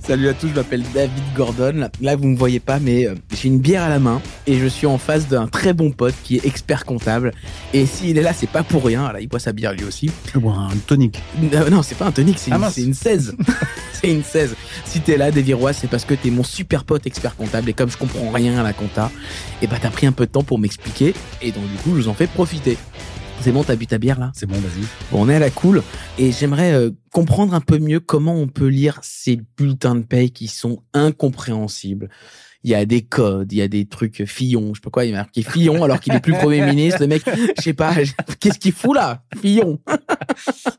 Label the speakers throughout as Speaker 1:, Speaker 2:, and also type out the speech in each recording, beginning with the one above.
Speaker 1: Salut à tous, je m'appelle David Gordon. Là, vous me voyez pas, mais euh, j'ai une bière à la main et je suis en face d'un très bon pote qui est expert comptable. Et s'il est là, c'est pas pour rien. Là, il boit sa bière lui aussi. Euh,
Speaker 2: Bon, un tonique.
Speaker 1: Non, non, c'est pas un tonic, c'est
Speaker 2: Ah
Speaker 1: une,
Speaker 2: mince.
Speaker 1: c'est une 16. c'est une 16. Si t'es là, Devirois, c'est parce que t'es mon super pote expert comptable et comme je comprends rien à la compta, et bah t'as pris un peu de temps pour m'expliquer et donc du coup, je vous en fais profiter. C'est bon, t'as bu ta bière là
Speaker 2: C'est bon, vas-y.
Speaker 1: Bon, on est à la cool et j'aimerais euh, comprendre un peu mieux comment on peut lire ces bulletins de paye qui sont incompréhensibles. Il y a des codes, il y a des trucs Fillon, je sais pas quoi, il est marqué Fillon alors qu'il est plus premier ministre, le mec, je sais pas, qu'est-ce qu'il fout là Fillon.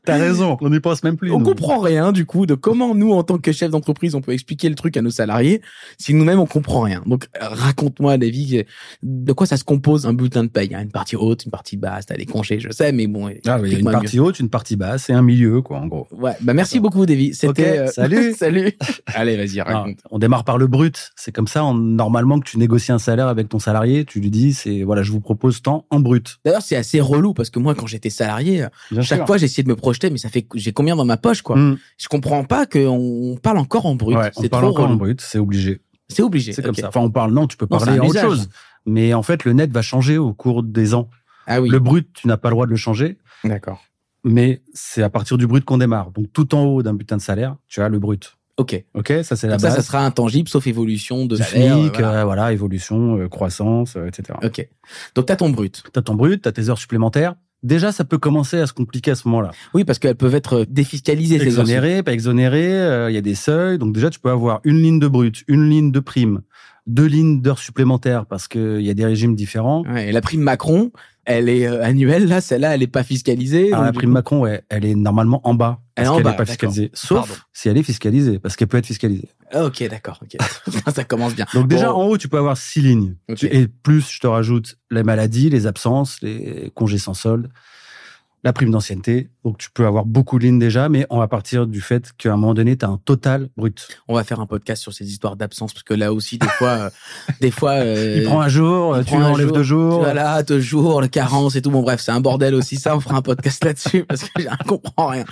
Speaker 2: T'as raison, on n'y pense même plus.
Speaker 1: On
Speaker 2: nous.
Speaker 1: comprend rien du coup de comment nous en tant que chef d'entreprise on peut expliquer le truc à nos salariés si nous-mêmes on comprend rien. Donc euh, raconte-moi David euh, de quoi ça se compose un bulletin de paye. Il y a une partie haute, une partie basse, t'as des congés, je sais, mais bon.
Speaker 2: Ah, oui, il y a une
Speaker 1: explique-moi mieux.
Speaker 2: partie haute, une partie basse et un milieu, quoi, en gros.
Speaker 1: Ouais, bah merci beaucoup David. C'était
Speaker 2: Ok,
Speaker 1: euh,
Speaker 2: salut.
Speaker 1: salut. Ah. Allez, vas-y,
Speaker 2: Alors,
Speaker 1: raconte.
Speaker 2: Ah, on démarre par le brut. C'est comme ça, on- normalement, que tu négocies un salaire avec ton salarié, tu lui dis, c'est voilà, je vous propose tant en brut.
Speaker 1: D'ailleurs, c'est assez relou parce que moi quand j'étais salarié,
Speaker 2: Bien
Speaker 1: chaque
Speaker 2: sûr.
Speaker 1: fois j'essayais de me projeter mais ça fait j'ai combien dans ma poche quoi.
Speaker 2: Mm.
Speaker 1: Je comprends pas qu'on parle encore en brut,
Speaker 2: Ouais, on
Speaker 1: c'est
Speaker 2: parle
Speaker 1: trop
Speaker 2: encore en
Speaker 1: relou.
Speaker 2: brut, c'est obligé.
Speaker 1: C'est obligé.
Speaker 2: C'est comme
Speaker 1: ok.
Speaker 2: ça. Enfin, on parle, non, tu peux
Speaker 1: Non, c'est
Speaker 2: parler
Speaker 1: un
Speaker 2: en autre
Speaker 1: usage.
Speaker 2: chose. Mais en fait, le net va changer au cours des ans.
Speaker 1: Ah oui.
Speaker 2: Le brut, tu n'as pas le droit de le changer.
Speaker 1: D'accord.
Speaker 2: mais c'est à partir du brut qu'on démarre. Donc tout en haut d'un butin de salaire, tu as le brut.
Speaker 1: OK.
Speaker 2: Ok, ça c'est la
Speaker 1: Comme ça,
Speaker 2: base.
Speaker 1: ça sera intangible, sauf évolution de
Speaker 2: Du
Speaker 1: salaire,
Speaker 2: SMIC,
Speaker 1: voilà.
Speaker 2: euh, voilà, évolution, euh, croissance, euh, etc.
Speaker 1: Ok. Donc t'as ton brut.
Speaker 2: T'as ton brut, t'as tes heures supplémentaires. Déjà, ça peut commencer à se compliquer à ce moment-là.
Speaker 1: Oui, parce qu'elles peuvent être euh, défiscalisées ces heures.
Speaker 2: Exonéré, pas exonéré, euh, il y a des seuils. Donc déjà, tu peux avoir une ligne de brut, une ligne de prime, deux lignes d'heures supplémentaires parce qu'il y a des régimes différents.
Speaker 1: Ouais, et la prime Macron, elle est euh, annuelle là, celle-là, elle est pas fiscalisée.
Speaker 2: Alors,
Speaker 1: donc
Speaker 2: Ah, la
Speaker 1: du
Speaker 2: prime
Speaker 1: coup-
Speaker 2: Macron, ouais, elle est normalement en bas.
Speaker 1: Elle est
Speaker 2: Parce
Speaker 1: en
Speaker 2: qu'elle
Speaker 1: bas,
Speaker 2: n'est pas
Speaker 1: d'accord.
Speaker 2: fiscalisée. Sauf
Speaker 1: Pardon.
Speaker 2: si elle est fiscalisée, parce qu'elle peut être fiscalisée.
Speaker 1: Ah, ok, d'accord. Ok. ça commence bien.
Speaker 2: Donc déjà,
Speaker 1: Bon.
Speaker 2: en haut, tu peux avoir six lignes.
Speaker 1: Ok.
Speaker 2: Tu- Et plus, je te rajoute les maladies, les absences, les congés sans solde, la prime d'ancienneté. Donc tu peux avoir beaucoup de lignes déjà, mais on va partir du fait qu'à un moment donné, tu as un total brut.
Speaker 1: On va faire un podcast sur ces histoires d'absence parce que là aussi, des fois, euh, des fois, euh,
Speaker 2: il prend un jour,
Speaker 1: il
Speaker 2: tu
Speaker 1: prend un
Speaker 2: enlèves
Speaker 1: jour,
Speaker 2: deux jours.
Speaker 1: voilà, deux jours, le carence et tout. Bon, bref, c'est un bordel aussi. Ça, on fera un podcast là-dessus parce que je comprends rien.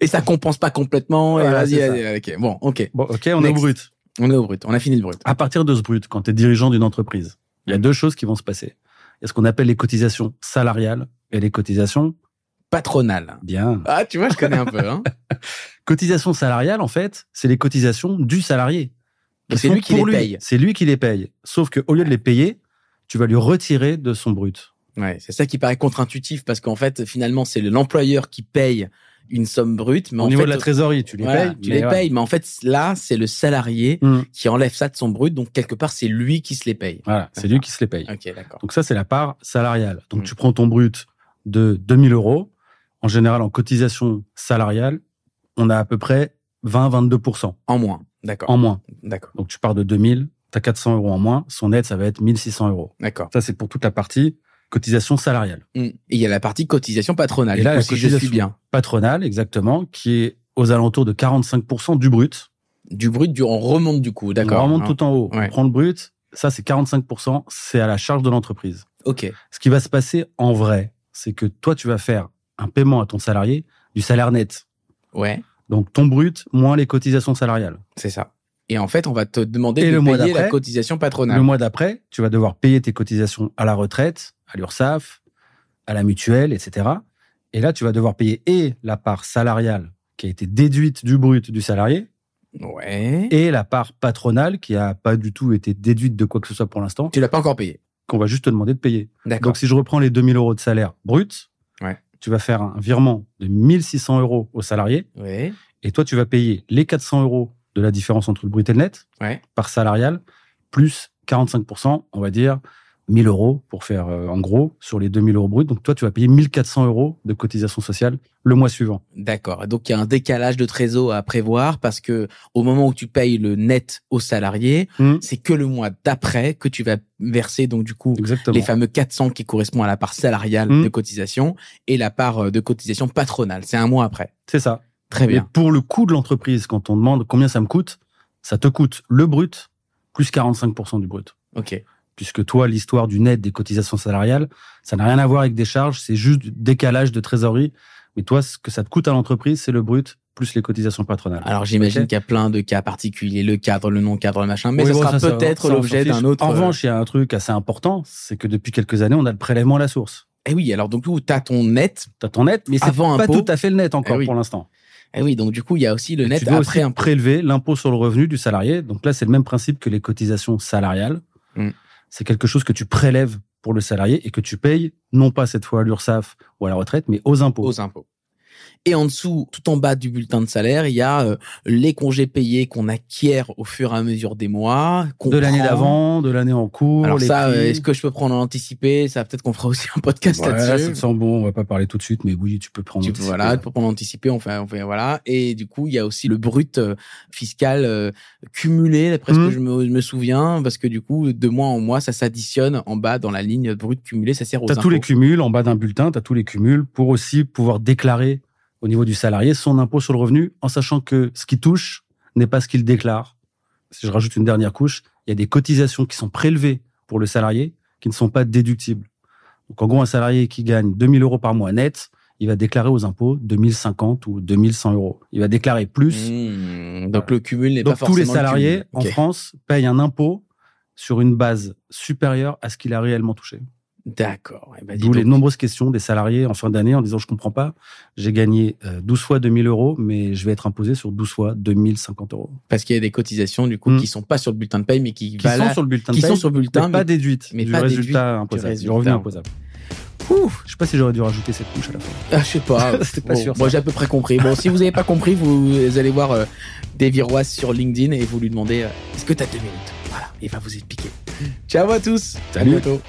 Speaker 1: Et ça compense pas complètement. et
Speaker 2: Voilà,
Speaker 1: vas-y,
Speaker 2: c'est ça.
Speaker 1: vas-y, ok. Bon, ok.
Speaker 2: Bon, ok, on est au
Speaker 1: Next.
Speaker 2: brut.
Speaker 1: On est au brut. On a fini le brut.
Speaker 2: À partir de ce brut, quand tu es dirigeant d'une entreprise, il y a deux choses qui vont se passer. Il y a ce qu'on appelle les cotisations salariales et les cotisations,
Speaker 1: Patronal.
Speaker 2: bien.
Speaker 1: Ah, tu vois, je connais un peu. Hein.
Speaker 2: Cotisations salariales, en fait, c'est les cotisations du salarié.
Speaker 1: Et c'est
Speaker 2: sont
Speaker 1: lui qui
Speaker 2: pour
Speaker 1: les paye.
Speaker 2: C'est lui qui les paye. Sauf que au lieu de les payer, tu vas lui retirer de son brut.
Speaker 1: Ouais, c'est ça qui paraît contre-intuitif parce qu'en fait, finalement, c'est l'employeur qui paye une somme brute, mais
Speaker 2: au
Speaker 1: en
Speaker 2: niveau
Speaker 1: fait, euh,
Speaker 2: de la trésorerie, tu les
Speaker 1: voilà,
Speaker 2: payes.
Speaker 1: tu
Speaker 2: mais
Speaker 1: les
Speaker 2: voilà.
Speaker 1: payes, mais en fait, là, c'est le salarié
Speaker 2: Mm.
Speaker 1: qui enlève ça de son brut, donc quelque part, c'est lui qui se les paye.
Speaker 2: Voilà, c'est lui qui se les paye.
Speaker 1: Ok, d'accord.
Speaker 2: Donc ça, c'est la part salariale. Donc
Speaker 1: Mm.
Speaker 2: tu prends ton brut de 2000 euros. En général, en cotisation salariale, on a à peu près 20-22%
Speaker 1: En moins, d'accord.
Speaker 2: en moins.
Speaker 1: D'accord,
Speaker 2: Donc tu pars de 2000, tu as 400 euros en moins. Son net, ça va être 1600 euros.
Speaker 1: d'accord.
Speaker 2: Ça, c'est pour toute la partie cotisation salariale.
Speaker 1: Mm. Et il y a la partie cotisation patronale.
Speaker 2: Et là,
Speaker 1: du
Speaker 2: la
Speaker 1: coup, si je suis
Speaker 2: cotisation-
Speaker 1: bien.
Speaker 2: patronale, exactement, qui est aux alentours de 45% du brut.
Speaker 1: Du brut, du, on remonte du coup, d'accord.
Speaker 2: On remonte
Speaker 1: hein.
Speaker 2: tout en haut.
Speaker 1: Ouais.
Speaker 2: On prend le brut. Ça, c'est 45%. C'est à la charge de l'entreprise.
Speaker 1: Ok,
Speaker 2: Ce qui va se passer en vrai, c'est que toi, tu vas faire un paiement à ton salarié du salaire net.
Speaker 1: ouais,
Speaker 2: Donc, ton brut moins les cotisations salariales.
Speaker 1: c'est ça. Et en fait, on va te demander
Speaker 2: Et
Speaker 1: de
Speaker 2: le mois
Speaker 1: payer la
Speaker 2: d'après,
Speaker 1: cotisation patronale.
Speaker 2: Le mois d'après, tu vas devoir payer tes cotisations à la retraite, à l'URSSAF, à la mutuelle, etc. Et là, tu vas devoir payer et la part salariale qui a été déduite du brut du salarié,
Speaker 1: Ouais.
Speaker 2: et la part patronale qui a pas du tout été déduite de quoi que ce soit pour l'instant,
Speaker 1: Tu l'as pas encore payé.
Speaker 2: qu'on va juste te demander de payer.
Speaker 1: D'accord.
Speaker 2: Donc si je reprends les 2000 euros de salaire brut,
Speaker 1: Ouais.
Speaker 2: tu vas faire un virement de 1600 euros au salarié
Speaker 1: Ouais.
Speaker 2: et toi tu vas payer les 400 euros de la différence entre le brut et le net
Speaker 1: Ouais.
Speaker 2: par salarial plus 45%, on va dire 1000 euros pour faire euh, en gros sur les 2000 euros bruts. Donc toi tu vas payer 1400 euros de cotisation sociale le mois suivant.
Speaker 1: D'accord. Et Donc il y a un décalage de trésor à prévoir parce que au moment où tu payes le net au salarié,
Speaker 2: Hmm.
Speaker 1: c'est que le mois d'après que tu vas verser donc du coup
Speaker 2: Exactement.
Speaker 1: les fameux 400 qui correspondent à la part salariale
Speaker 2: Hmm.
Speaker 1: de cotisation et la part euh, de cotisation patronale. C'est un mois après.
Speaker 2: C'est ça.
Speaker 1: Très
Speaker 2: Mais
Speaker 1: bien.
Speaker 2: pour le coût de l'entreprise, quand on demande combien ça me coûte, ça te coûte le brut plus 45% du brut.
Speaker 1: Ok.
Speaker 2: Puisque toi, l'histoire du net des cotisations salariales, ça n'a rien à voir avec des charges, c'est juste du décalage de trésorerie. Mais toi, ce que ça te coûte à l'entreprise, c'est le brut plus les cotisations patronales.
Speaker 1: Alors j'imagine
Speaker 2: Ok.
Speaker 1: qu'il y a plein de cas particuliers, le cadre, le non-cadre, le machin, mais
Speaker 2: Oui,
Speaker 1: ça
Speaker 2: bon,
Speaker 1: sera
Speaker 2: ça,
Speaker 1: peut-être
Speaker 2: ça, on s'en
Speaker 1: l'objet
Speaker 2: fiche.
Speaker 1: d'un autre. euh,
Speaker 2: En revanche, il y a un truc assez important, c'est que depuis quelques années, on a le prélèvement à la source.
Speaker 1: Eh oui, alors donc tu as ton net.
Speaker 2: T'as ton net, mais c'est
Speaker 1: Avant
Speaker 2: pas
Speaker 1: impôt.
Speaker 2: tout à fait le net encore
Speaker 1: Eh oui.
Speaker 2: pour l'instant.
Speaker 1: Eh oui, donc du coup, il y a aussi le net
Speaker 2: tu dois
Speaker 1: après
Speaker 2: aussi
Speaker 1: impôt.
Speaker 2: prélever l'impôt sur le revenu du salarié. Donc là, c'est le même principe que les cotisations salariales.
Speaker 1: Mm.
Speaker 2: C'est quelque chose que tu prélèves pour le salarié et que tu payes, non pas cette fois à l'URSSAF ou à la retraite, mais aux impôts.
Speaker 1: aux impôts. Et en dessous, tout en bas du bulletin de salaire, il y a euh, les congés payés qu'on acquiert au fur et à mesure des mois. qu'on
Speaker 2: de l'année
Speaker 1: prend.
Speaker 2: d'avant, de l'année en cours.
Speaker 1: Alors
Speaker 2: les
Speaker 1: ça,
Speaker 2: prix.
Speaker 1: euh, est-ce que je peux prendre en anticipé Ça, peut-être qu'on fera aussi un podcast
Speaker 2: Ouais, ça
Speaker 1: là-dessus.
Speaker 2: te sent bon, on va pas parler tout de suite, mais oui, tu peux prendre.
Speaker 1: Tu-
Speaker 2: anticiper.
Speaker 1: voilà, pour prendre anticipé, on fait, on fait- voilà. Et du coup, il y a aussi le brut euh, fiscal euh, cumulé, d'après ce
Speaker 2: Mhm.
Speaker 1: que je me, je me souviens, parce que du coup, de mois en mois, ça s'additionne en bas dans la ligne brut cumulé, ça sert aux
Speaker 2: T'as
Speaker 1: impôts.
Speaker 2: tous les cumuls en bas d'un bulletin, t'as tous les cumuls pour aussi pouvoir déclarer au niveau du salarié son impôt sur le revenu en sachant que ce qu'il touche n'est pas ce qu'il déclare. Si je rajoute une dernière couche, il y a des cotisations qui sont prélevées pour le salarié qui ne sont pas déductibles. Donc en gros, un salarié qui gagne 2000 euros par mois net, il va déclarer aux impôts 2050 ou 2100 euros. Il va déclarer plus.
Speaker 1: Mhm. Donc le cumul n'est pas
Speaker 2: Donc tous
Speaker 1: forcément
Speaker 2: les
Speaker 1: le cumul.
Speaker 2: salariés en
Speaker 1: Ok.
Speaker 2: France payent un impôt sur une base supérieure à ce qu'il a réellement touché.
Speaker 1: D'accord. Eh ben, dis
Speaker 2: D'où les
Speaker 1: donc.
Speaker 2: nombreuses questions des salariés en fin d'année en disant je comprends pas, j'ai gagné euh, 12 fois 2000 euros, mais je vais être imposé sur 12 fois 2050 euros.
Speaker 1: Parce qu'il y a des cotisations du coup
Speaker 2: Mm.
Speaker 1: qui sont pas sur le bulletin de paye, mais qui,
Speaker 2: Qui
Speaker 1: valent-
Speaker 2: sont sur le bulletin
Speaker 1: qui
Speaker 2: de
Speaker 1: sont
Speaker 2: paye,
Speaker 1: sur le bulletin,
Speaker 2: mais pas
Speaker 1: mais,
Speaker 2: déduites
Speaker 1: mais
Speaker 2: du
Speaker 1: pas déduites
Speaker 2: résultat imposable, du,
Speaker 1: résultat.
Speaker 2: revenu imposable. Ouh, je sais pas si j'aurais dû rajouter cette couche à la fin.
Speaker 1: Ah, je sais pas.
Speaker 2: C'était pas
Speaker 1: Bon,
Speaker 2: sûr,
Speaker 1: Moi
Speaker 2: ça.
Speaker 1: j'ai à peu près compris. Bon, si vous n'avez pas compris, vous allez voir euh, Davy Roy sur LinkedIn et vous lui demandez euh, est-ce que t'as deux minutes Voilà, il va vous expliquer. Ciao à tous. À
Speaker 2: Salut.
Speaker 1: bientôt.